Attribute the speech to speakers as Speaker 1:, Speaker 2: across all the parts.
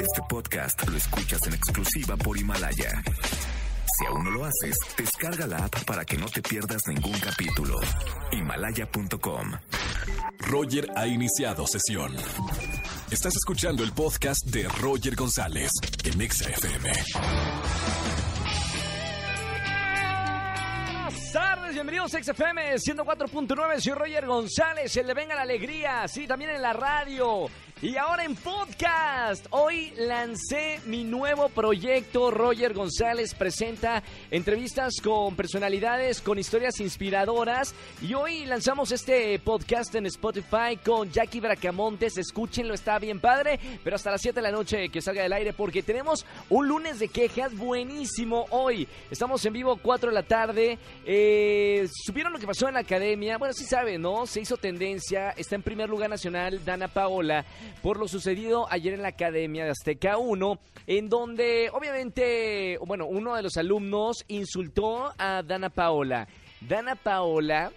Speaker 1: Este podcast lo escuchas en exclusiva por Himalaya. Si aún no lo haces, descarga la app para que no te pierdas ningún capítulo. Himalaya.com.
Speaker 2: Roger ha iniciado sesión. Estás escuchando el podcast de Roger González en Exa FM.
Speaker 3: Buenas tardes, bienvenidos a XFM 104.9, soy Roger González, el de Venga la Alegría, sí, también en la radio y ahora en podcast. Hoy lancé mi nuevo proyecto, Roger González presenta entrevistas con personalidades, con historias inspiradoras y hoy lanzamos este podcast en Spotify con Jackie Bracamontes, escúchenlo, está bien padre, pero hasta las 7 de la noche que salga del aire porque tenemos un lunes de quejas buenísimo hoy. Estamos en vivo 4 de la tarde. Eh, ¿Supieron lo que pasó en la academia? Bueno, sí saben, ¿no? Se hizo tendencia. Está en primer lugar nacional Dana Paola por lo sucedido ayer en la academia de Azteca 1, en donde obviamente, bueno, uno de los alumnos insultó a Dana Paola. Dana Paola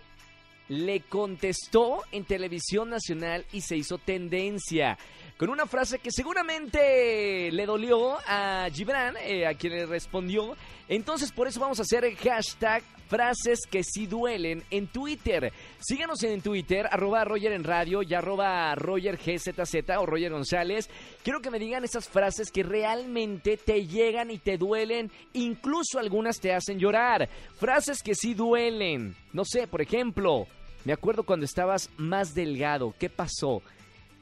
Speaker 3: le contestó en televisión nacional y se hizo tendencia con una frase que seguramente le dolió a Gibran, eh, a quien le respondió. Entonces por eso vamos a hacer el hashtag frases que sí duelen en Twitter. Síganos en Twitter, arroba Roger en radio y arroba Roger GZZ o Roger González. Quiero que me digan esas frases que realmente te llegan y te duelen, incluso algunas te hacen llorar. Frases que sí duelen. No sé, por ejemplo, me acuerdo cuando estabas más delgado, ¿qué pasó?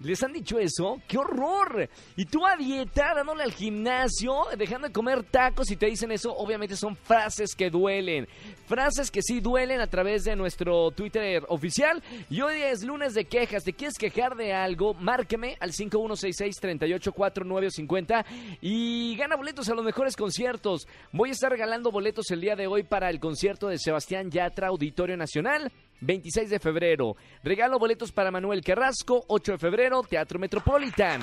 Speaker 3: ¿Les han dicho eso? ¡Qué horror! Y tú a dieta, dándole al gimnasio, dejando de comer tacos y te dicen eso, obviamente son frases que duelen. Frases que sí duelen a través de nuestro Twitter oficial. Y hoy es lunes de quejas. ¿Te quieres quejar de algo? Márqueme al 5166-384950 y gana boletos a los mejores conciertos. Voy a estar regalando boletos el día de hoy para el concierto de Sebastián Yatra, Auditorio Nacional. 26 de febrero. Regalo boletos para Manuel Carrasco, 8 de febrero, Teatro Metropolitan.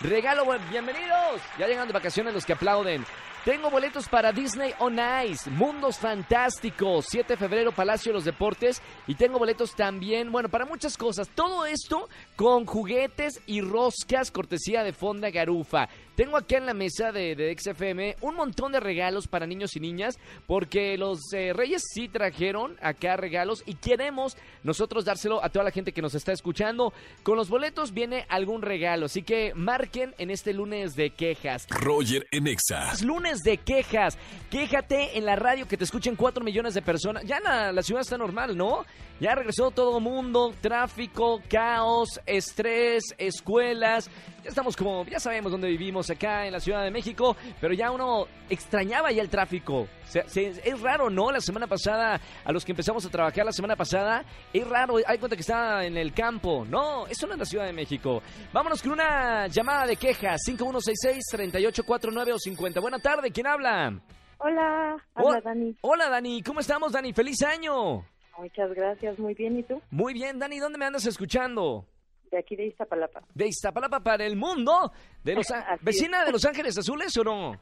Speaker 3: Regalo, bol- bienvenidos. Ya llegan de vacaciones los que aplauden. Tengo boletos para Disney On Ice, Mundos Fantásticos, 7 de febrero, Palacio de los Deportes. Y tengo boletos también, bueno, para muchas cosas. Todo esto con juguetes y roscas, cortesía de Fonda Garufa. Tengo aquí en la mesa de, de XFM un montón de regalos para niños y niñas, porque los eh, reyes sí trajeron acá regalos y queremos nosotros dárselo a toda la gente que nos está escuchando. Con los boletos viene algún regalo, así que marquen en este lunes de quejas.
Speaker 2: Roger en Exa.
Speaker 3: Es lunes de quejas. Quéjate en la radio que te escuchen 4 millones de personas. Ya la, la ciudad está normal, ¿no? Ya regresó todo mundo, tráfico, caos, estrés, escuelas. Ya estamos como, ya sabemos dónde vivimos acá en la Ciudad de México, pero ya uno extrañaba ya el tráfico. Se- se- es raro, ¿no? La semana pasada, a los que empezamos a trabajar la semana pasada, es raro, hay cuenta que está en el campo. No, eso no es la Ciudad de México. Vámonos con una llamada de quejas, 5166-3849 o 50. Buena tarde, ¿quién habla?
Speaker 4: Hola,
Speaker 3: Hola.
Speaker 4: habla Dani.
Speaker 3: Hola Dani, ¿cómo estamos Dani? ¡Feliz año!
Speaker 4: Muchas gracias, muy bien. ¿Y tú?
Speaker 3: Muy bien, Dani, ¿dónde me andas escuchando?
Speaker 4: De aquí de Iztapalapa.
Speaker 3: De Iztapalapa para el mundo, de los Á-
Speaker 4: Así es.
Speaker 3: vecina de Los Ángeles Azules o no?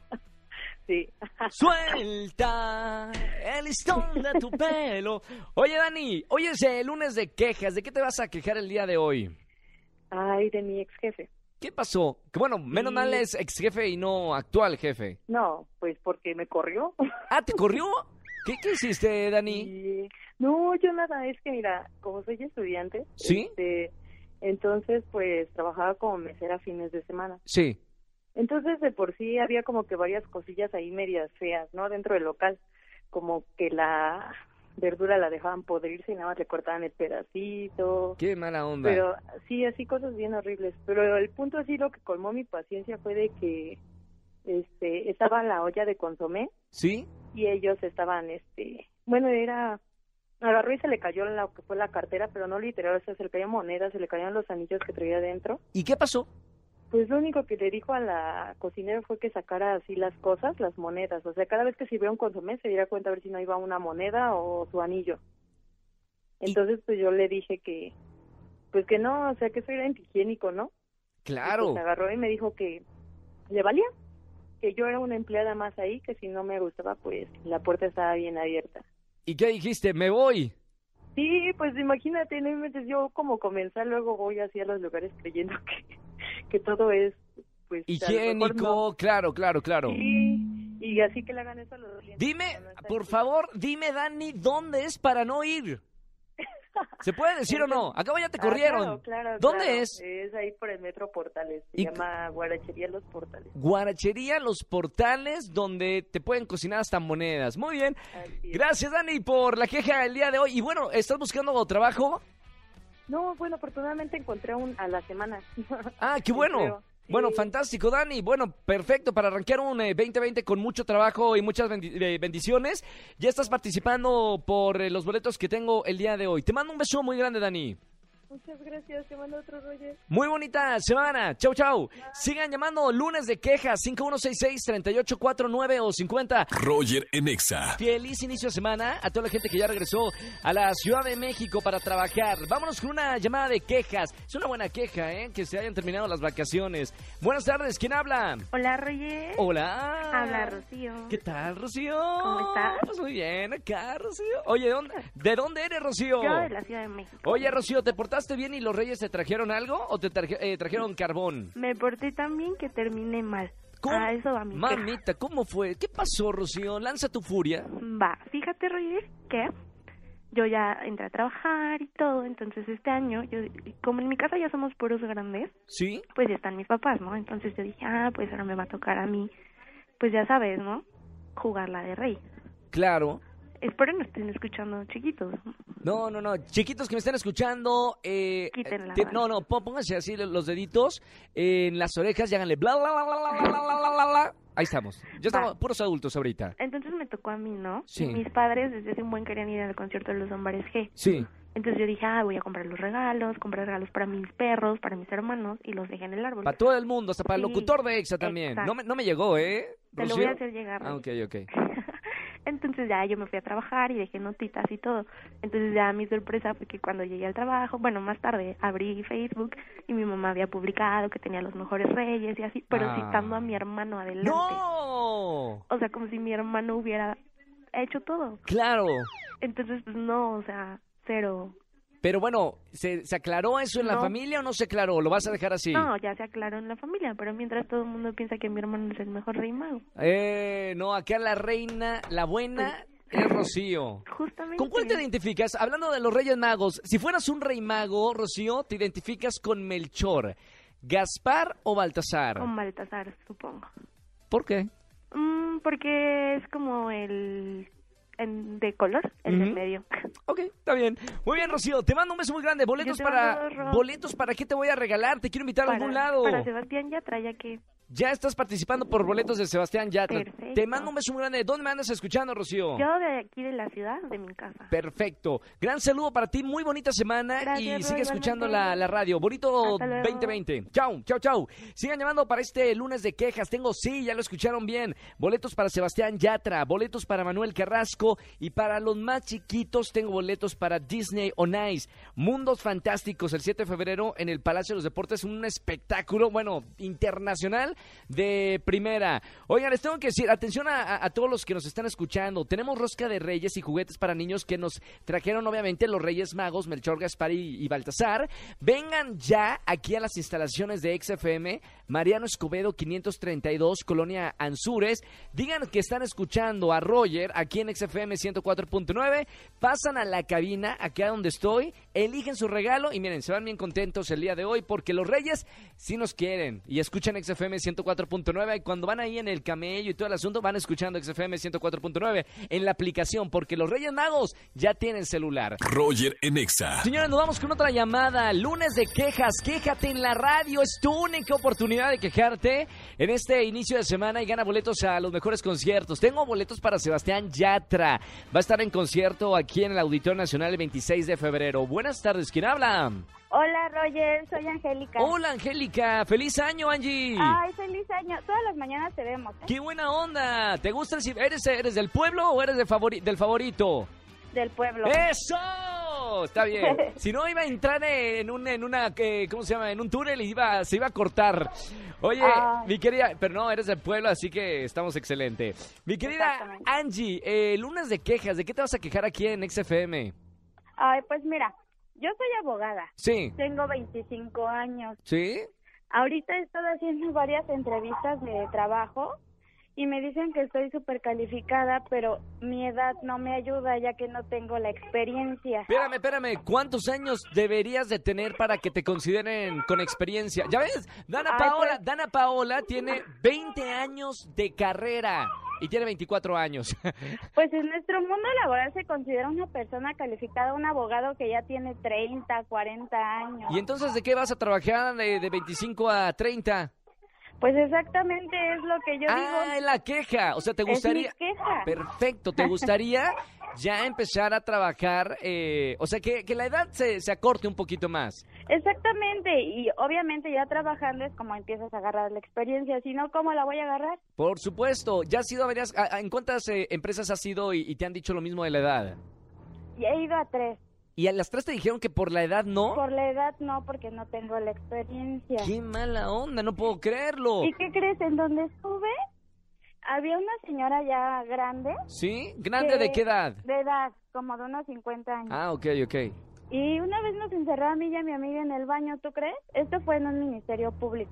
Speaker 4: Sí.
Speaker 3: Suelta el listón de tu pelo. Oye, Dani, hoy es el lunes de quejas. ¿De qué te vas a quejar el día de hoy?
Speaker 4: Ay, de mi ex jefe.
Speaker 3: ¿Qué pasó? Que bueno, menos
Speaker 4: Sí.
Speaker 3: mal es ex jefe y no actual jefe.
Speaker 4: No, pues porque me corrió.
Speaker 3: Ah, ¿te corrió? ¿Qué, qué hiciste, Dani?
Speaker 4: Y- No, yo nada, es que mira, como soy estudiante,
Speaker 3: ¿Sí?
Speaker 4: este, entonces pues trabajaba como mesera fines de semana.
Speaker 3: Sí.
Speaker 4: Entonces de por sí había como que varias cosillas ahí medias feas, ¿no? Dentro del local, como que la verdura la dejaban podrirse y nada más le cortaban el pedacito.
Speaker 3: Qué mala onda.
Speaker 4: Pero sí, así cosas bien horribles. Pero el punto así lo que colmó mi paciencia fue de que este estaba la olla de consomé
Speaker 3: ¿Sí?
Speaker 4: y ellos estaban este, bueno, era agarró y se le cayó la que fue la cartera, pero no literal, o sea, se le cayeron monedas, se le cayeron los anillos que traía adentro.
Speaker 3: ¿Y qué pasó?
Speaker 4: Pues lo único que le dijo a la cocinera fue que sacara así las cosas, las monedas, o sea, cada vez que sirviera un consomé se diera cuenta a ver si no iba una moneda o su anillo.
Speaker 3: Y-
Speaker 4: Entonces pues yo le dije que pues que no, o sea, que eso era antihigiénico, ¿no?
Speaker 3: Claro.
Speaker 4: Pues agarró y me dijo que le valía, que yo era una empleada más ahí, que si no me gustaba, pues la puerta estaba bien abierta.
Speaker 3: ¿Y qué dijiste? Me voy.
Speaker 4: Sí, pues imagínate, no inventes, yo como comenzar luego voy hacia los lugares creyendo que, que todo es pues... a lo mejor
Speaker 3: Higiénico,
Speaker 4: no.
Speaker 3: claro, claro, claro.
Speaker 4: Sí, y así que le hagan eso a los clientes.
Speaker 3: Dime,
Speaker 4: cuando están
Speaker 3: por
Speaker 4: aquí.
Speaker 3: favor, dime, Dani, ¿dónde es para no ir? ¿Se puede decir o no? Acabo ya te
Speaker 4: Ah,
Speaker 3: corrieron.
Speaker 4: claro, claro,
Speaker 3: ¿Dónde
Speaker 4: claro.
Speaker 3: es?
Speaker 4: Es ahí por el Metro Portales, se
Speaker 3: Y-
Speaker 4: llama Guarachería Los Portales.
Speaker 3: Guarachería Los Portales, donde te pueden cocinar hasta monedas. Muy bien.
Speaker 4: Así es.
Speaker 3: Gracias, Dani, por la queja del día de hoy. Y bueno, ¿estás buscando trabajo?
Speaker 4: No, bueno, afortunadamente encontré un a la semana.
Speaker 3: Ah, qué
Speaker 4: Sí,
Speaker 3: bueno.
Speaker 4: creo.
Speaker 3: Bueno,
Speaker 4: Sí.
Speaker 3: fantástico, Dani. Bueno, perfecto para arranquear un eh, 2020 con mucho trabajo y muchas bendi- eh, bendiciones. Ya estás participando por eh, los boletos que tengo el día de hoy. Te mando un beso muy grande, Dani.
Speaker 4: Muchas gracias, te mando otro rollo.
Speaker 3: Muy bonita semana. Chau, chau. Sigan llamando lunes de quejas 5166-3849 o 50.
Speaker 2: Roger en Exa.
Speaker 3: Feliz inicio de semana a toda la gente que ya regresó a la Ciudad de México para trabajar. Vámonos con una llamada de quejas. Es una buena queja, ¿eh? Que se hayan terminado las vacaciones. Buenas tardes, ¿quién habla?
Speaker 5: Hola, Roger.
Speaker 3: Hola.
Speaker 5: Habla Rocío.
Speaker 3: ¿Qué tal, Rocío?
Speaker 5: ¿Cómo estás?
Speaker 3: Pues muy bien, acá, Rocío. Oye, ¿de dónde, de dónde eres, Rocío?
Speaker 5: Yo de la Ciudad de México.
Speaker 3: Oye, Rocío, ¿te portaste bien y los reyes te trajeron algo o te traje- eh, trajeron carbón?
Speaker 5: Me porté tan bien que terminé mal. A Ah, eso va mi queja.
Speaker 3: Mamita, ¿cómo fue? ¿Qué pasó, Rocío? Lanza tu furia.
Speaker 5: Va, fíjate, Roger, que yo ya entré a trabajar y todo, entonces este año, yo, como en mi casa ya somos puros grandes,
Speaker 3: ¿Sí?
Speaker 5: pues ya están mis papás, ¿no? Entonces yo dije, ah, pues ahora me va a tocar a mí, pues ya sabes, ¿no? Jugar la de rey.
Speaker 3: Claro.
Speaker 5: Espero no estén escuchando chiquitos.
Speaker 3: No, no, no. Chiquitos que me están escuchando. Eh,
Speaker 5: Quítenla,
Speaker 3: te-
Speaker 5: vale.
Speaker 3: no, no, pó- pónganse así lo- los deditos eh, en las orejas y háganle bla, bla, bla, bla, bla, bla, bla, bla, bla. Ahí estamos. Ya estamos
Speaker 5: Va.
Speaker 3: puros adultos ahorita.
Speaker 5: Entonces me tocó a mí, ¿no?
Speaker 3: Sí.
Speaker 5: Y mis padres desde hace un buen querían ir al concierto de los hombres G.
Speaker 3: Sí.
Speaker 5: Entonces yo dije, ah, voy a comprar los regalos, comprar regalos para mis perros, para mis hermanos, y los dejé en el árbol.
Speaker 3: Para todo el mundo, hasta para el
Speaker 5: Sí,
Speaker 3: locutor de EXA también.
Speaker 5: exacto.
Speaker 3: No me, no me llegó, ¿eh?
Speaker 5: Te lo voy
Speaker 3: Rocío?
Speaker 5: a hacer llegar.
Speaker 3: Ah, ok, ok.
Speaker 5: Entonces ya yo me fui a trabajar y dejé notitas y todo. Entonces ya mi sorpresa fue que cuando llegué al trabajo, bueno, más tarde abrí Facebook y mi mamá había publicado que tenía los mejores reyes y así, pero
Speaker 3: Ah.
Speaker 5: citando a mi hermano adelante.
Speaker 3: ¡No!
Speaker 5: O sea, como si mi hermano hubiera hecho todo.
Speaker 3: Claro.
Speaker 5: Entonces, pues no, o sea, cero.
Speaker 3: Pero bueno, ¿se, se aclaró eso en la
Speaker 5: No.
Speaker 3: familia o no se aclaró? ¿Lo vas a dejar así?
Speaker 5: No, ya se aclaró en la familia, pero mientras todo el mundo piensa que mi hermano es el mejor rey mago.
Speaker 3: Eh, no, acá la reina, la buena, es Rocío.
Speaker 5: Justamente.
Speaker 3: ¿Con cuál te identificas? Hablando de los Reyes Magos, si fueras un rey mago, Rocío, te identificas con Melchor, Gaspar o Baltasar.
Speaker 5: Con Baltasar, supongo.
Speaker 3: ¿Por qué?
Speaker 5: Mm, porque es como el en- de color, el del
Speaker 3: Ujú.
Speaker 5: medio.
Speaker 3: Ok, está bien. Muy bien, Rocío, te mando un beso muy grande. Boletos
Speaker 5: te
Speaker 3: para
Speaker 5: mando dos, Ro.
Speaker 3: boletos para qué te voy a regalar? Te quiero invitar a algún lado.
Speaker 5: para Sebastián Yatra, ya que
Speaker 3: Ya estás participando por boletos de Sebastián Yatra.
Speaker 5: Perfecto.
Speaker 3: Te mando un beso muy grande. ¿Dónde me andas escuchando, Rocío?
Speaker 5: yo de aquí de la ciudad, de mi casa.
Speaker 3: Perfecto. Gran saludo para ti, muy bonita semana
Speaker 5: Gracias,
Speaker 3: y
Speaker 5: Roy,
Speaker 3: sigue escuchando
Speaker 5: igualmente.
Speaker 3: la, la radio. Bonito
Speaker 5: Hasta luego.
Speaker 3: 2020. Chau, chau, chau. Sigan llamando para este lunes de quejas. Tengo, sí, ya lo escucharon bien. Boletos para Sebastián Yatra, boletos para Manuel Carrasco y para los más chiquitos tengo boletos para Disney On Ice. Mundos Fantásticos el 7 de febrero en el Palacio de los Deportes. Un espectáculo, bueno, internacional de primera. Oigan, les tengo que decir, atención a, a- a todos los que nos están escuchando. Tenemos rosca de reyes y juguetes para niños que nos trajeron, obviamente, los Reyes Magos, Melchor, Gaspar y, y Baltasar. Vengan ya aquí a las instalaciones de XFM, Mariano Escobedo 532, Colonia Anzures. Digan que están escuchando a Roger aquí en XFM 104.9. Pasan a la cabina, acá donde estoy, eligen su regalo y miren, se van bien contentos el día de hoy porque los Reyes sí nos quieren y escuchan XFM 104.9 y cuando van ahí en el camello y todo el asunto van escuchando XFM 104.9 en la aplicación porque los Reyes Magos ya tienen celular.
Speaker 2: Roger en Exa.
Speaker 3: Señores, nos vamos con otra llamada. Lunes de quejas. Quéjate en la radio. Es tu única oportunidad de quejarte en este inicio de semana y gana boletos a los mejores conciertos. Tengo boletos para Sebastián Yatra. Va a estar en concierto aquí en el Auditorio Nacional el 26 de febrero. Buenas tardes. ¿Quién habla?
Speaker 6: Hola Roger, soy Angélica.
Speaker 3: Hola, Angélica. Feliz año, Angie.
Speaker 6: Ay, feliz año. Todas las mañanas te vemos. ¿eh?
Speaker 3: ¡Qué buena onda! ¿Te gusta el ci- ¿Eres, eres del pueblo o eres de favori- del favorito?
Speaker 6: Del pueblo.
Speaker 3: ¿Eh? ¡Eso! Está bien. Si no, iba a entrar en un, en una, eh, ¿cómo se llama? En un túnel y iba, se iba a cortar. Oye,
Speaker 6: Ay.
Speaker 3: mi querida, pero no, eres del pueblo, así que estamos excelente. Mi querida
Speaker 6: Exactamente.
Speaker 3: Angie, eh, lunes de quejas, ¿de qué te vas a quejar aquí en XFM?
Speaker 6: Ay, pues mira, yo soy abogada.
Speaker 3: Sí,
Speaker 6: Tengo 25 años.
Speaker 3: sí,
Speaker 6: Ahorita he estado haciendo varias entrevistas de trabajo y me dicen que estoy súper calificada, pero mi edad no me ayuda ya que no tengo la experiencia.
Speaker 3: Espérame, espérame, ¿cuántos años deberías de tener para que te consideren con experiencia? Ya ves, Dana
Speaker 6: Ay,
Speaker 3: Paola,
Speaker 6: pues-
Speaker 3: Dana Paola tiene 20 años de carrera y tiene 24 años.
Speaker 6: Pues en nuestro mundo laboral se considera una persona calificada un abogado que ya tiene 30, 40 años.
Speaker 3: ¿Y entonces de qué vas a trabajar eh, de, de 25 a 30?
Speaker 6: Pues exactamente es lo que yo
Speaker 3: ah,
Speaker 6: digo.
Speaker 3: es la queja. O sea, ¿te gustaría?
Speaker 6: Es mi queja.
Speaker 3: Perfecto, ¿te gustaría ya empezar a trabajar? eh, o sea, que, que la edad se, se acorte un poquito más.
Speaker 6: Exactamente, y obviamente ya trabajando es como empiezas a agarrar la experiencia, si no, ¿cómo la voy a agarrar?
Speaker 3: Por supuesto, ya has ido a varias... a- a- ¿En cuántas eh, empresas has ido y, y te han dicho lo mismo de la edad?
Speaker 6: Y he ido a tres.
Speaker 3: Y a las tres te dijeron que por la edad no.
Speaker 6: Por la edad no, porque no tengo la experiencia.
Speaker 3: ¡Qué mala onda! No puedo creerlo.
Speaker 6: ¿Y qué crees? En donde estuve, había una señora ya grande,
Speaker 3: ¿Sí? ¿Grande de
Speaker 6: que-
Speaker 3: qué edad?
Speaker 6: de edad, como de unos 50 años.
Speaker 3: Ah, ok, ok.
Speaker 6: Y una vez nos encerró a mí y a mi amiga en el baño, ¿tú crees? Esto fue en un ministerio público.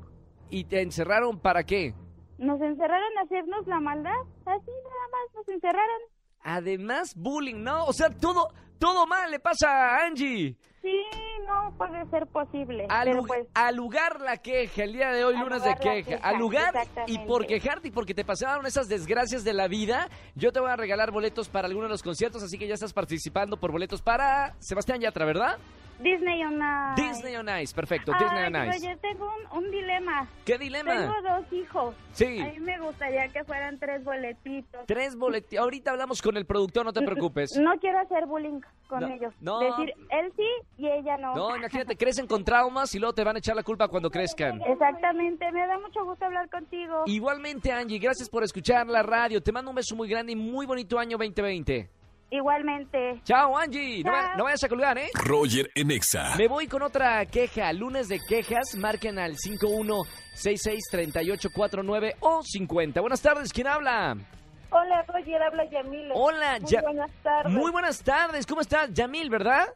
Speaker 3: ¿Y te encerraron para qué?
Speaker 6: Nos encerraron a hacernos la maldad, así nada más nos encerraron.
Speaker 3: Además, bullying, ¿no? O sea, todo, todo mal le pasa a Angie.
Speaker 6: Sí, no puede ser posible.
Speaker 3: Al,
Speaker 6: pero
Speaker 3: lu-
Speaker 6: pues,
Speaker 3: al lugar la queja, el día de hoy,
Speaker 6: Al
Speaker 3: lunes de
Speaker 6: lugar la
Speaker 3: queja.
Speaker 6: queja,
Speaker 3: Al lugar y
Speaker 6: exactamente.
Speaker 3: por quejarte y porque te pasaron esas desgracias de la vida, yo te voy a regalar boletos para alguno de los conciertos, así que ya estás participando por boletos para Sebastián Yatra, ¿verdad?
Speaker 6: Disney on Ice.
Speaker 3: Disney on Ice, perfecto,
Speaker 6: Ay,
Speaker 3: Disney on
Speaker 6: pero
Speaker 3: Ice.
Speaker 6: yo tengo un, un dilema.
Speaker 3: ¿Qué dilema?
Speaker 6: Tengo dos hijos.
Speaker 3: Sí.
Speaker 6: A mí me gustaría que fueran tres boletitos.
Speaker 3: Tres boletos. Ahorita hablamos con el productor, no te preocupes.
Speaker 6: No quiero hacer bullying con
Speaker 3: pues. No,
Speaker 6: ellos.
Speaker 3: no.
Speaker 6: Decir él sí y ella no.
Speaker 3: No, imagínate, crecen con traumas y luego te van a echar la culpa cuando crezcan.
Speaker 6: Exactamente, me da mucho gusto hablar contigo.
Speaker 3: Igualmente, Angie, gracias por escuchar la radio. Te mando un beso muy grande y muy bonito año 2020.
Speaker 6: Igualmente.
Speaker 3: Chao, Angie. No, va-
Speaker 6: Chao.
Speaker 3: no vayas a colgar, ¿eh?
Speaker 2: Roger en Exa.
Speaker 3: Me voy con otra queja. Lunes de quejas, marquen al 51663849 o 50. Buenas tardes, ¿quién habla?
Speaker 7: Hola, Roger, habla Yamile.
Speaker 3: Hola,
Speaker 7: Muy
Speaker 3: Ya-
Speaker 7: buenas tardes.
Speaker 3: Muy buenas tardes, ¿cómo estás? Yamil, ¿verdad?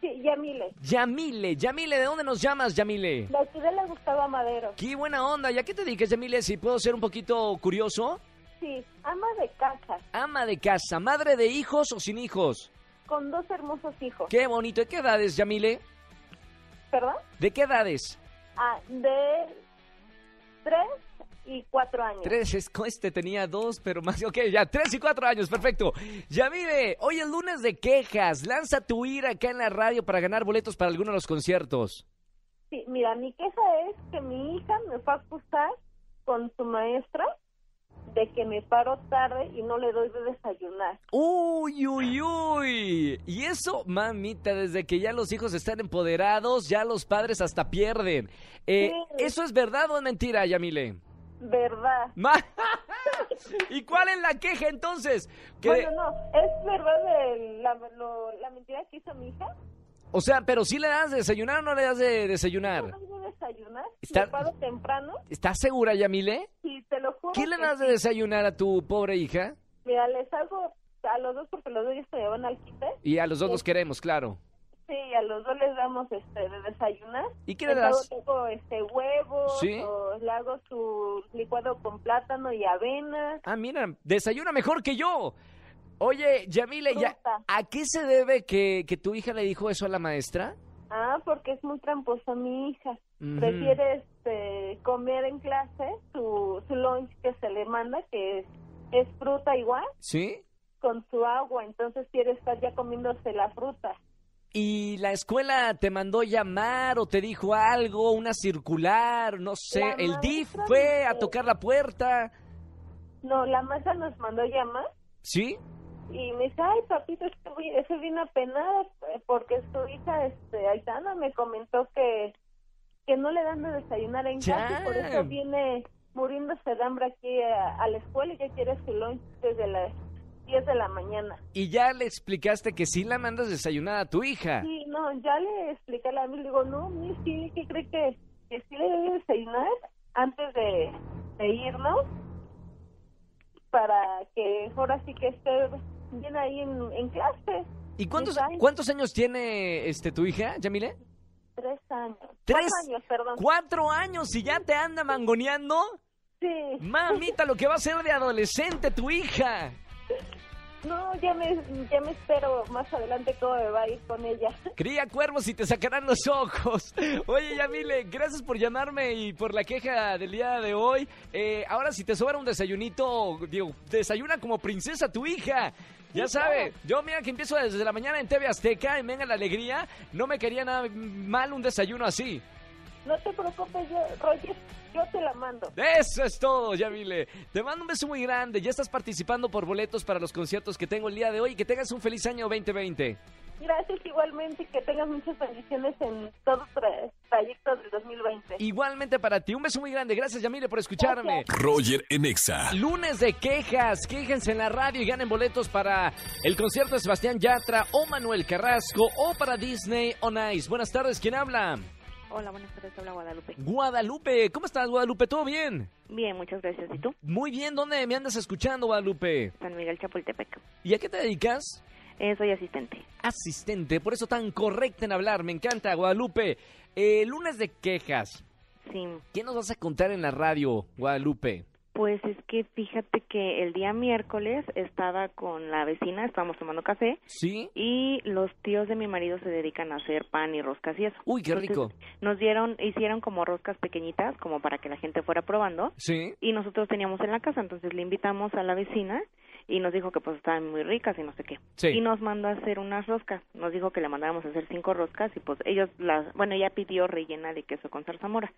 Speaker 7: Sí, Yamile.
Speaker 3: Yamile, Yamile, ¿de dónde nos llamas, Yamile?
Speaker 7: La ciudad le gustaba Madero.
Speaker 3: Qué buena onda. ¿Ya qué te dedicas, Yamile? Si puedo ser un poquito curioso.
Speaker 7: Sí, ama de casa,
Speaker 3: Ama de casa, madre de hijos o sin hijos.
Speaker 7: con dos hermosos hijos.
Speaker 3: Qué bonito. ¿De qué edades, Yamile?
Speaker 7: ¿Perdón?
Speaker 3: ¿De qué edades?
Speaker 7: Ah, de tres y cuatro años.
Speaker 3: Tres, es, este tenía dos, pero más. Ok, ya, tres y cuatro años, perfecto. Yamile, hoy es lunes de quejas. Lanza tu ira acá en la radio para ganar boletos para alguno de los conciertos.
Speaker 7: Sí, mira, mi queja es que mi hija me fue a acusar con su maestra de que me paro tarde y no le doy de desayunar.
Speaker 3: Uy, uy, uy. Y eso, mamita, desde que ya los hijos están empoderados, ya los padres hasta pierden. Eh,
Speaker 7: Sí.
Speaker 3: ¿Eso es verdad o es mentira, Yamile?
Speaker 7: ¿Verdad?
Speaker 3: Ma- ¿Y cuál es la queja entonces? Que-
Speaker 7: Bueno, no, ¿es verdad el- la, lo- la mentira que hizo mi hija?
Speaker 3: O sea, pero si le das de desayunar o no le das de
Speaker 7: No
Speaker 3: desayunar.
Speaker 7: doy de desayunar,
Speaker 3: Está-
Speaker 7: me paro temprano
Speaker 3: ¿Estás segura, Yamile?
Speaker 7: Sí, te lo juro.
Speaker 3: ¿Qué le
Speaker 7: que
Speaker 3: das de
Speaker 7: sí.
Speaker 3: desayunar a tu pobre hija?
Speaker 7: Mira, les hago a los dos porque los dos ya se llevan al quite.
Speaker 3: Y a los dos los queremos, claro.
Speaker 7: Sí, a los dos les damos este de desayunar.
Speaker 3: ¿Y qué le
Speaker 7: Les hago-
Speaker 3: das?
Speaker 7: hago, este huevos
Speaker 3: Sí.
Speaker 7: o le hago su licuado con plátano y avena.
Speaker 3: Ah, mira, desayuna mejor que yo. Oye, Yamile, ya-
Speaker 7: Fruta.
Speaker 3: ¿a qué se debe que, que tu hija le dijo eso a la maestra?
Speaker 7: Ah, porque es muy tramposa mi hija.
Speaker 3: Ujú.
Speaker 7: Prefiere este comer en clase su su lunch que se le manda que es, es fruta igual
Speaker 3: ¿Sí?
Speaker 7: con su agua, entonces quiere estar ya comiéndose la fruta.
Speaker 3: ¿Y la escuela te mandó llamar o te dijo algo, una circular, no sé?
Speaker 7: La
Speaker 3: ¿El DIF
Speaker 7: maestra
Speaker 3: fue a
Speaker 7: dijo-
Speaker 3: tocar la puerta?
Speaker 7: No, la maestra nos mandó llamar
Speaker 3: ¿Sí?
Speaker 7: y me dice, ay papito, es que muy- estoy bien apenada eh, porque su hija, este, Aitana, me comentó que, que no le dan de desayunar en casa y por eso
Speaker 3: Chale.
Speaker 7: viene muriéndose de hambre aquí eh, a, a la escuela y ya quiere su lunch desde las 10 de la mañana.
Speaker 3: Y ya le explicaste que sí la mandas desayunada a tu hija.
Speaker 7: Sí, no, ya le expliqué a la mil, digo, no, mi sí, que cree que, que sí le debe desayunar antes de, de irnos para que ahora sí que esté bien ahí en, en clase.
Speaker 3: ¿Y cuántos,
Speaker 7: Mis años.
Speaker 3: cuántos años tiene este tu hija, Yamile?
Speaker 7: tres años.
Speaker 3: Tres,
Speaker 7: Cuatro años, perdón.
Speaker 3: cuatro años y ya te anda mangoneando.
Speaker 7: Sí.
Speaker 3: Mamita, lo que va a ser de adolescente tu hija.
Speaker 7: No, ya me, ya me espero más adelante cómo me va a ir con ella.
Speaker 3: Cría cuervos y te sacarán los ojos. Oye, Yamile, gracias por llamarme y por la queja del día de hoy. Eh, ahora, si te sobra un desayunito, digo, desayuna como princesa tu hija. Ya sabe, yo mira que empiezo desde la mañana en TV Azteca, en Venga la Alegría, no me quería nada mal un desayuno así.
Speaker 7: No te preocupes, yo, Roger, yo te la mando.
Speaker 3: Eso es todo, Yamile. Te mando un beso muy grande, ya estás participando por boletos para los conciertos que tengo el día de hoy y que tengas un feliz año 2020.
Speaker 7: Gracias igualmente y que tengas muchas bendiciones en todos los trayectos del 2020.
Speaker 3: Igualmente para ti, un beso muy grande, gracias Yamile por escucharme.
Speaker 2: Roger en Exa.
Speaker 3: Lunes de quejas, quéjense en la radio y ganen boletos para el concierto de Sebastián Yatra o Manuel Carrasco o para Disney on Ice. Buenas tardes, ¿quién habla?
Speaker 5: Hola, buenas tardes, habla Guadalupe.
Speaker 3: Guadalupe, ¿cómo estás Guadalupe? ¿Todo bien?
Speaker 5: Bien, muchas gracias. ¿Y tú?
Speaker 3: Muy bien, ¿dónde me andas escuchando Guadalupe?
Speaker 5: San Miguel Chapultepec.
Speaker 3: ¿Y a qué te dedicas?
Speaker 5: Eh, soy asistente.
Speaker 3: Asistente, por eso tan correcta en hablar, me encanta Guadalupe. Eh, lunes de quejas,
Speaker 5: Sí,
Speaker 3: ¿qué nos vas a contar en la radio Guadalupe?
Speaker 5: pues es que fíjate que el día miércoles estaba con la vecina, estábamos tomando café
Speaker 3: ¿Sí?
Speaker 5: y los tíos de mi marido se dedican a hacer pan y roscas y eso.
Speaker 3: Uy, qué
Speaker 5: Entonces,
Speaker 3: rico.
Speaker 5: Nos dieron, hicieron como roscas pequeñitas, como para que la gente fuera probando.
Speaker 3: ¿Sí?
Speaker 5: Y nosotros teníamos en la casa, entonces le invitamos a la vecina y nos dijo que pues estaban muy ricas y no sé qué.
Speaker 3: Sí.
Speaker 5: Y nos mandó a hacer unas roscas. Nos dijo que le mandáramos a hacer cinco roscas y pues ellos las, bueno, ella pidió rellena de queso con zarzamora.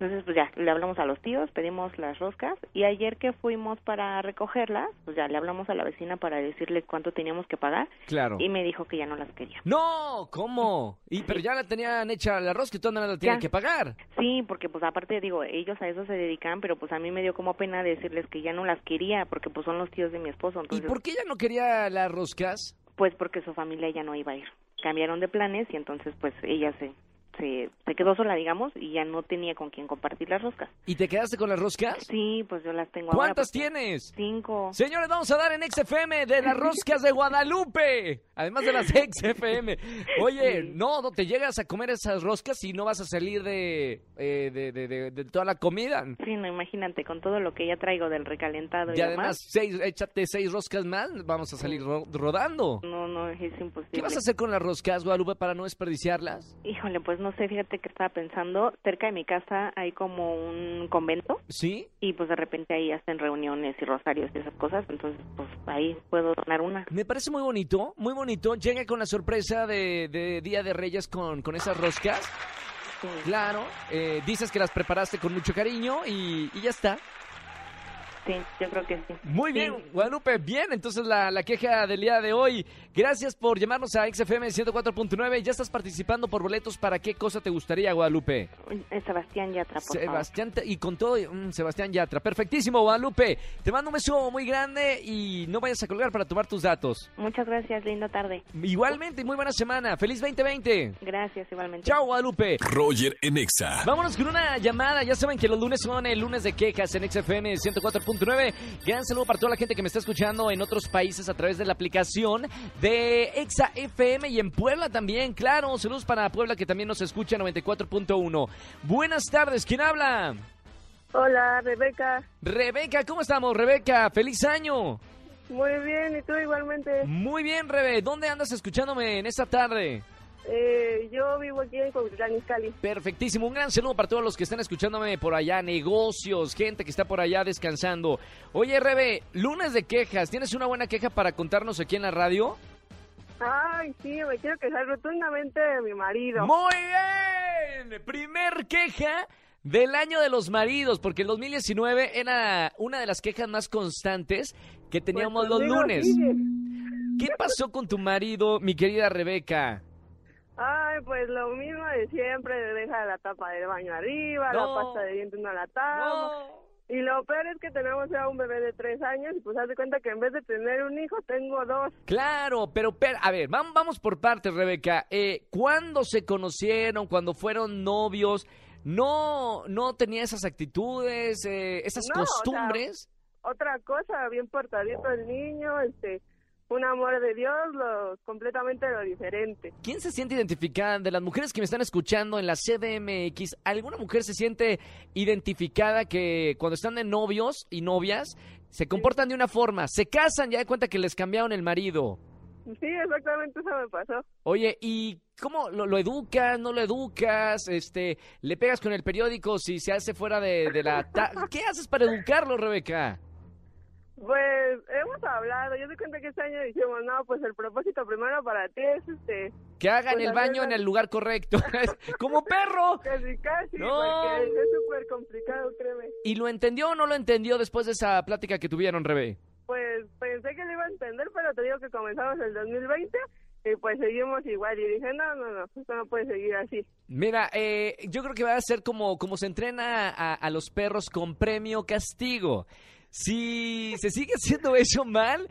Speaker 5: Entonces pues ya, le hablamos a los tíos, pedimos las roscas y ayer que fuimos para recogerlas, pues ya le hablamos a la vecina para decirle cuánto teníamos que pagar
Speaker 3: Claro.
Speaker 5: y me dijo que ya no las quería.
Speaker 3: No, ¿cómo? Y pero ya la tenían hecha el arroz que tú no la tienen
Speaker 5: Ya.
Speaker 3: que pagar.
Speaker 5: Sí, porque pues aparte digo, ellos a eso se dedican, pero pues a mí me dio como pena decirles que ya no las quería, porque pues son los tíos de mi esposo.
Speaker 3: ¿Y
Speaker 5: Entonces,
Speaker 3: por qué ella no quería las roscas?
Speaker 5: Pues porque su familia ya no iba a ir. Cambiaron de planes y entonces pues ella se, se, se quedó sola, digamos, y ya no tenía con quién compartir las roscas.
Speaker 3: ¿Y te quedaste con las roscas?
Speaker 5: Sí, pues yo las tengo ahora.
Speaker 3: ¿Cuántas
Speaker 5: porque-
Speaker 3: tienes?
Speaker 5: Cinco.
Speaker 3: Señores, vamos a dar en XFM de las roscas de Guadalupe. Además de las XFM. Oye,
Speaker 5: Sí.
Speaker 3: no, no te llegas a comer esas roscas y no vas a salir de, eh, de, de- de- de toda la comida.
Speaker 5: Sí, no, imagínate, con todo lo que ya traigo del recalentado y,
Speaker 3: Y además,
Speaker 5: demás.
Speaker 3: seis, échate seis roscas más, vamos a salir ro- rodando.
Speaker 5: No, no, es imposible.
Speaker 3: ¿Qué vas a hacer con las roscas, Guadalupe, para no desperdiciarlas?
Speaker 5: Híjole, pues no sé, fíjate que estaba pensando, cerca de mi casa hay como un convento
Speaker 3: ¿Sí?
Speaker 5: y pues de repente ahí hacen reuniones y rosarios y esas cosas, entonces pues ahí puedo donar una.
Speaker 3: Me parece muy bonito, muy bonito. Llega con la sorpresa de, de Día de Reyes con, con esas roscas.
Speaker 5: Sí.
Speaker 3: Claro, eh, dices que las preparaste con mucho cariño y, y ya está.
Speaker 5: Sí, yo creo que sí.
Speaker 3: Muy
Speaker 5: Sí.
Speaker 3: bien, Guadalupe, bien. Entonces la, la queja del día de hoy. Gracias por llamarnos a XFM 104.9. Ya estás participando por boletos. ¿Para qué cosa te gustaría, Guadalupe?
Speaker 5: Eh, Sebastián Yatra, por favor.
Speaker 3: Sebastián, Ta- y con todo, mm, Sebastián Yatra. Perfectísimo, Guadalupe. Te mando un beso muy grande y no vayas a colgar para tomar tus datos.
Speaker 5: Muchas gracias, linda tarde.
Speaker 3: Igualmente, muy buena semana. Feliz 2020.
Speaker 5: Gracias igualmente.
Speaker 3: Chao, Guadalupe.
Speaker 2: Roger en Exa.
Speaker 3: Vámonos con una llamada. Ya saben que los lunes son el lunes de quejas en XFM 104.9. Gran saludo para toda la gente que me está escuchando en otros países a través de la aplicación de XFM y en Puebla también. Claro, saludos para Puebla que también nos escucha 94.1. Buenas tardes, ¿quién habla?
Speaker 4: Hola, Rebeca.
Speaker 3: Rebeca, ¿cómo estamos, Rebeca? ¡Feliz año!
Speaker 4: Muy bien, ¿y tú igualmente?
Speaker 3: Muy bien, Rebe. ¿Dónde andas escuchándome en esta tarde?
Speaker 4: Eh, yo vivo aquí en Cuautitlán, Cali.
Speaker 3: Perfectísimo, un gran saludo para todos los que están escuchándome por allá, negocios, gente que está por allá descansando. Oye, Rebe, lunes de quejas, ¿tienes una buena queja para contarnos aquí en la radio?
Speaker 4: Ay, sí, me quiero quejar rotundamente de mi marido.
Speaker 3: Muy bien, primer queja del año de los maridos, porque el 2019 era una de las quejas más constantes que teníamos
Speaker 4: Pues
Speaker 3: los
Speaker 4: conmigo
Speaker 3: lunes.
Speaker 4: sigue.
Speaker 3: ¿Qué pasó con tu marido, mi querida Rebeca?
Speaker 4: Ay, pues lo mismo de siempre, deja la tapa del baño arriba,
Speaker 3: No.
Speaker 4: la pasta de dientes no la tapa. Y lo peor es que tenemos ya un bebé de tres años y pues haz de cuenta que en vez de tener un hijo, tengo dos.
Speaker 3: Claro, pero, pero, a ver, vam- vamos por partes, Rebeca. Eh, ¿Cuándo se conocieron? ¿Cuándo fueron novios? ¿No, no tenía esas actitudes, eh, esas
Speaker 4: No, o sea-
Speaker 3: costumbres?
Speaker 4: Otra cosa, bien portadito el niño, este,
Speaker 8: un amor de Dios, lo completamente lo diferente.
Speaker 3: ¿Quién se siente identificada de las mujeres que me están escuchando en la CDMX? ¿Alguna mujer se siente identificada que cuando están de novios y novias se comportan de una forma, se casan, ya de cuenta que les cambiaron el marido?
Speaker 8: Sí, exactamente eso me pasó.
Speaker 3: Oye, ¿y cómo lo, lo educas, no lo educas? Este, ¿Le pegas con el periódico si se hace fuera de, de la... ta- ¿Qué haces para educarlo, Rebeca?
Speaker 8: Pues hemos hablado, yo te cuenta que este año dijimos, no, pues el propósito primero para ti es este,
Speaker 3: Que hagan
Speaker 8: Pues,
Speaker 3: el
Speaker 8: la
Speaker 3: baño
Speaker 8: verdad-
Speaker 3: en el lugar correcto. ¡Como perro!
Speaker 8: casi casi,
Speaker 3: No.
Speaker 8: porque es súper complicado, créeme.
Speaker 3: ¿Y lo entendió o no lo entendió después de esa plática que tuvieron, Rebe?
Speaker 8: Pues pensé que lo iba a entender, pero te digo que comenzamos el 2020 y pues seguimos igual. Y dije, no, no, no, esto no puede seguir así.
Speaker 3: Mira, eh, yo creo que va a ser como, como se entrena a, a los perros con premio castigo. Si se sigue haciendo eso mal,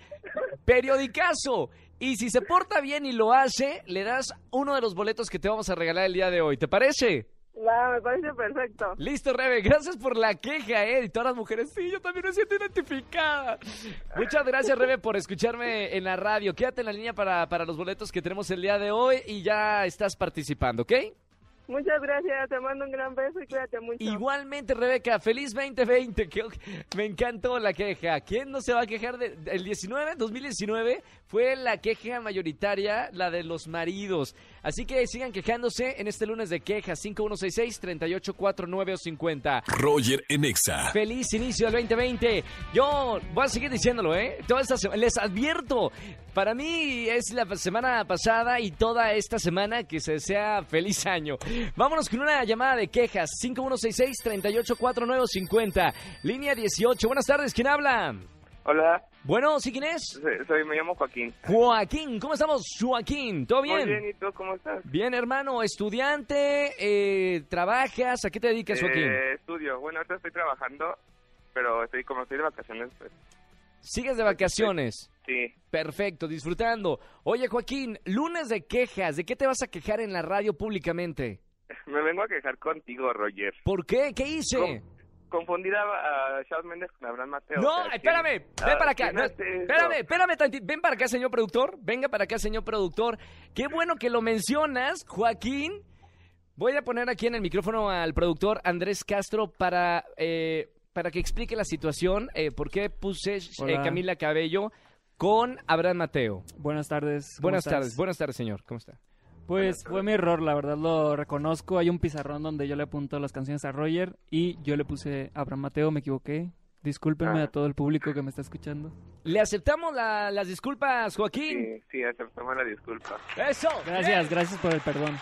Speaker 3: periodicazo. Y si se porta bien y lo hace, le das uno de los boletos que te vamos a regalar el día de hoy. ¿Te parece?
Speaker 8: Va, me parece perfecto.
Speaker 3: Listo, Rebe. Gracias por la queja, ¿eh? Y todas las mujeres, sí, yo también me siento identificada. Muchas gracias, Rebe, por escucharme en la radio. Quédate en la línea para, para los boletos que tenemos el día de hoy y ya estás participando, ¿ok?
Speaker 8: Muchas gracias, te mando un gran beso y cuídate mucho.
Speaker 3: Igualmente, Rebeca, feliz 2020. que- me encantó la queja. ¿Quién no se va a quejar de- del 19? 2019 fue la queja mayoritaria, la de los maridos. Así que sigan quejándose en este lunes de quejas 5166-384950.
Speaker 2: Roger en Exa.
Speaker 3: Feliz inicio del 2020. Yo voy a seguir diciéndolo, ¿eh? Toda esta sema- les advierto. Para mí es la semana pasada y toda esta semana que se desea feliz año. Vámonos con una llamada de quejas. 5166-384950. Línea 18. Buenas tardes. ¿Quién habla?
Speaker 9: Hola,
Speaker 3: Bueno, ¿sí quién es?
Speaker 9: soy, soy- me llamo Joaquín.
Speaker 3: Joaquín. ¿Cómo estamos, Joaquín? ¿Todo bien?
Speaker 9: Muy bien, ¿y tú cómo estás?
Speaker 3: Bien, hermano. Estudiante, eh, trabajas. ¿A qué te dedicas, Joaquín?
Speaker 9: Eh, estudio. Bueno, ahorita estoy trabajando, pero estoy como estoy de vacaciones, pues
Speaker 3: ¿Sigues de vacaciones?
Speaker 9: sí.
Speaker 3: Perfecto, disfrutando. Oye, Joaquín, lunes de quejas. ¿De qué te vas a quejar en la radio públicamente?
Speaker 9: Me vengo a quejar contigo, Roger.
Speaker 3: ¿Por qué? ¿Qué hice?
Speaker 9: Confundida a a Shawn Méndez con Abraham Mateo.
Speaker 3: No,
Speaker 9: o sea,
Speaker 3: espérame,
Speaker 9: ¿quién-
Speaker 3: ven
Speaker 9: ah,
Speaker 3: para acá.
Speaker 9: quién
Speaker 3: no,
Speaker 9: hace eso?
Speaker 3: espérame, espérame tantito. Ven para acá, señor productor. Venga para acá, señor productor. Qué bueno que lo mencionas, Joaquín. Voy a poner aquí en el micrófono al productor Andrés Castro para, eh, para que explique la situación. eh, ¿Por qué puse eh,
Speaker 10: Hola.
Speaker 3: Camila Cabello con Abraham Mateo?
Speaker 10: Buenas tardes. ¿cómo
Speaker 3: Buenas
Speaker 10: estás?
Speaker 3: tardes, buenas tardes, señor. ¿Cómo está?
Speaker 10: Pues fue mi error, la verdad lo reconozco. Hay un pizarrón donde yo le apunto las canciones a Roger y yo le puse a Abraham Mateo, me equivoqué. Discúlpenme
Speaker 9: Ah.
Speaker 10: a todo el público que me está escuchando.
Speaker 3: Le aceptamos la- las disculpas, Joaquín.
Speaker 9: Sí, sí, aceptamos la disculpa.
Speaker 3: Eso.
Speaker 10: Gracias,
Speaker 3: bien.
Speaker 10: gracias por el perdón.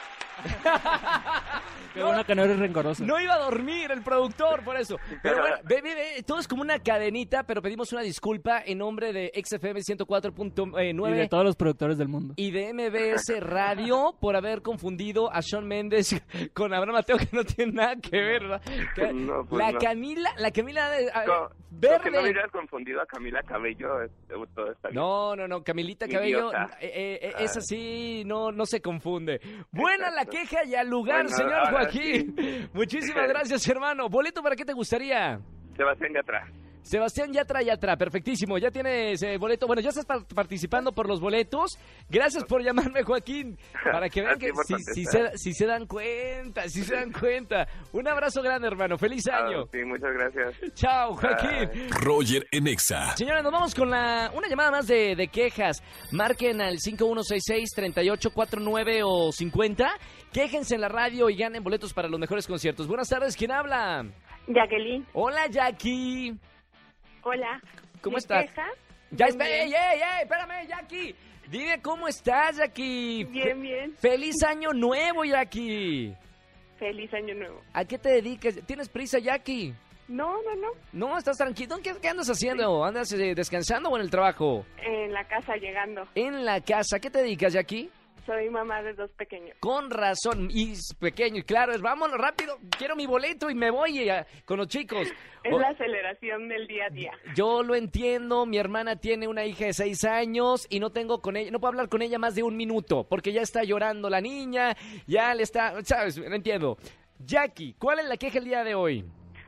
Speaker 10: Qué
Speaker 3: No,
Speaker 10: bueno que no eres rencoroso.
Speaker 3: No iba a dormir el productor por eso. Pero bueno, ve, ve, ve, todo es como una cadenita, pero pedimos una disculpa en nombre de XFM
Speaker 10: Y
Speaker 3: 104.9
Speaker 10: de todos los productores del mundo.
Speaker 3: y de MBS Radio por haber confundido a Sean Méndez con Abraham Mateo, que no tiene nada que ver, ¿verdad? Que-
Speaker 9: No, pues
Speaker 3: la
Speaker 9: no.
Speaker 3: Camila, la Camila de, a-
Speaker 9: No, lo que no
Speaker 3: verde.
Speaker 9: hubieras confundido a Camila Cabello, es- todo está bien.
Speaker 3: No, no, no, Camilita Cabello,
Speaker 9: Idiota.
Speaker 3: eh, eh,
Speaker 9: Ah.
Speaker 3: es así, no, no se confunde. Buena la
Speaker 9: Exacto.
Speaker 3: queja y al lugar,
Speaker 9: Bueno,
Speaker 3: señor
Speaker 9: ahora
Speaker 3: Joaquín. Muchísimas gracias, hermano. Boleto, ¿para qué te gustaría?
Speaker 9: Sebastián Yatra.
Speaker 3: Sebastián Yatra, Yatra, perfectísimo. Ya tienes eh, boleto. Bueno, ya estás par- participando por los boletos. Gracias por llamarme, Joaquín. Para que vean
Speaker 9: Así
Speaker 3: que
Speaker 9: por
Speaker 3: si, si
Speaker 9: contestar.
Speaker 3: se, si se dan cuenta, si se dan cuenta. Un abrazo grande, hermano. Feliz
Speaker 9: Ah,
Speaker 3: año.
Speaker 9: sí, muchas gracias.
Speaker 3: Chao, Joaquín.
Speaker 2: Roger en Exa.
Speaker 3: Señores, nos vamos con la, una llamada más de, de quejas. Marquen al 5166-3849 o 50. Quéjense en la radio y ganen boletos para los mejores conciertos. Buenas tardes, ¿quién habla?
Speaker 6: Jacqueline,
Speaker 3: Hola, Jackie.
Speaker 6: hola.
Speaker 3: ¿Cómo
Speaker 6: ¿Me
Speaker 3: estás?
Speaker 6: quejas?
Speaker 3: Ya,
Speaker 6: Bien,
Speaker 3: espé- ey, ey, ey, espérame, Jackie. Dime cómo estás, Jackie.
Speaker 6: Bien, bien.
Speaker 3: Fe- Feliz año nuevo, Jackie.
Speaker 6: Feliz año nuevo.
Speaker 3: ¿A qué te dedicas? ¿Tienes prisa, Jackie?
Speaker 6: No, no, no.
Speaker 3: No, estás tranquilo. ¿Qué, qué andas haciendo? ¿Andas eh, descansando o en el trabajo?
Speaker 6: En la casa llegando.
Speaker 3: En la casa. ¿Qué te dedicas, Jackie?
Speaker 6: Soy mamá de dos pequeños.
Speaker 3: Con razón, y es pequeño, y claro, es, vámonos rápido, quiero mi boleto y me voy eh, con los chicos.
Speaker 6: Es
Speaker 3: O-
Speaker 6: la aceleración del día a día.
Speaker 3: Yo lo entiendo, mi hermana tiene una hija de seis años y no tengo con ella, no puedo hablar con ella más de un minuto, porque ya está llorando la niña, ya le está, sabes, no entiendo. Jackie, ¿cuál es la queja el día de hoy?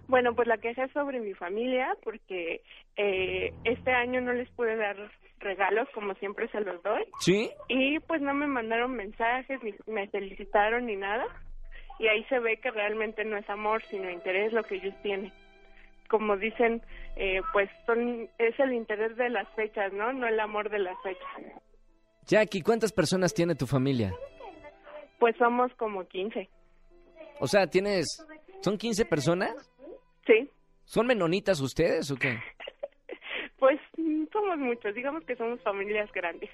Speaker 4: Bueno, pues la queja es sobre mi familia porque eh, este año no les pude dar regalos como siempre se los doy.
Speaker 3: ¿Sí?
Speaker 4: Y pues no me mandaron mensajes, ni me felicitaron ni nada. Y ahí se ve que realmente no es amor, sino interés lo que ellos tienen. Como dicen, eh, pues son, es el interés de las fechas, ¿no? No el amor de las fechas.
Speaker 3: Jackie, ¿cuántas personas tiene tu familia?
Speaker 4: Pues somos como 15.
Speaker 3: O sea, tienes... ¿Son 15 personas?
Speaker 4: Sí.
Speaker 3: ¿Son menonitas ustedes o qué?
Speaker 4: Pues mm, somos muchos, digamos que somos familias grandes.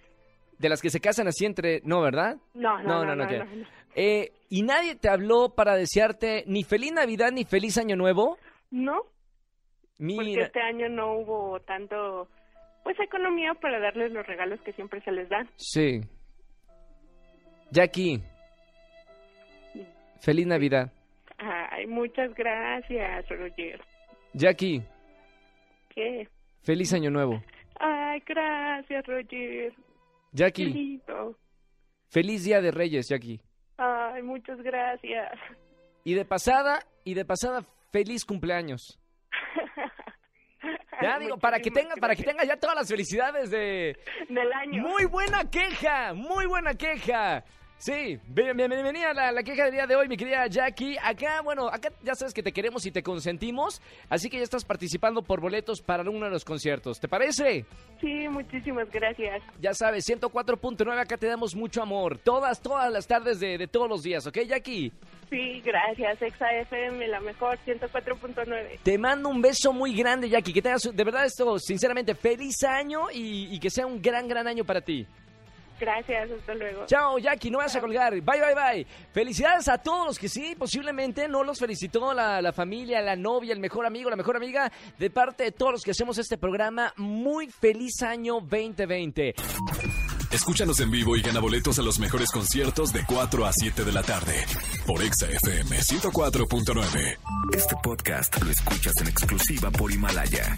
Speaker 3: De las que se casan así entre... No, ¿verdad?
Speaker 4: No, no, no, no,
Speaker 3: ya.
Speaker 4: no, no.
Speaker 3: Eh, ¿Y nadie te habló para desearte ni feliz Navidad ni feliz Año Nuevo?
Speaker 4: No, porque
Speaker 3: Mira,
Speaker 4: este año no hubo tanto, pues, economía para darles los regalos que siempre se les dan.
Speaker 3: sí. Jackie, feliz Navidad.
Speaker 4: Ay, muchas gracias, Roger.
Speaker 3: Jackie,
Speaker 4: ¿Qué?
Speaker 3: feliz Año Nuevo.
Speaker 4: Ay, gracias, Roger. Qué
Speaker 3: Jackie,
Speaker 4: lindo.
Speaker 3: feliz Día de Reyes, Jackie.
Speaker 4: Ay, muchas gracias.
Speaker 3: Y de pasada, y de pasada, feliz cumpleaños. Ya digo, para que tenga, para que tenga ya todas las felicidades de
Speaker 4: del año.
Speaker 3: Muy buena queja, muy buena queja. Sí, bien- bien- bienvenida a la, la queja del día de hoy, mi querida Jackie. Acá, bueno, acá ya sabes que te queremos y te consentimos, así que ya estás participando por boletos para uno de los conciertos. ¿Te parece?
Speaker 4: Sí, muchísimas gracias.
Speaker 3: Ya sabes, 104.9, acá te damos mucho amor. Todas, todas las tardes de, de todos los días, ¿ok, Jackie?
Speaker 4: Sí, gracias. Exa FM, la mejor, 104.9.
Speaker 3: Te mando un beso muy grande, Jackie. Que tengas, de verdad, esto, sinceramente, feliz año y, y que sea un gran, gran año para ti.
Speaker 4: Gracias, hasta luego.
Speaker 3: Chao, Jackie, no vas a colgar. Bye, bye, bye. Felicidades a todos los que sí, posiblemente no los felicitó la, la familia, la novia, el mejor amigo, la mejor amiga. De parte de todos los que hacemos este programa, muy feliz año 2020.
Speaker 2: Escúchanos en vivo y gana boletos a los mejores conciertos de 4 a 7 de la tarde por Exa FM 104.9.
Speaker 1: Este podcast lo escuchas en exclusiva por Himalaya.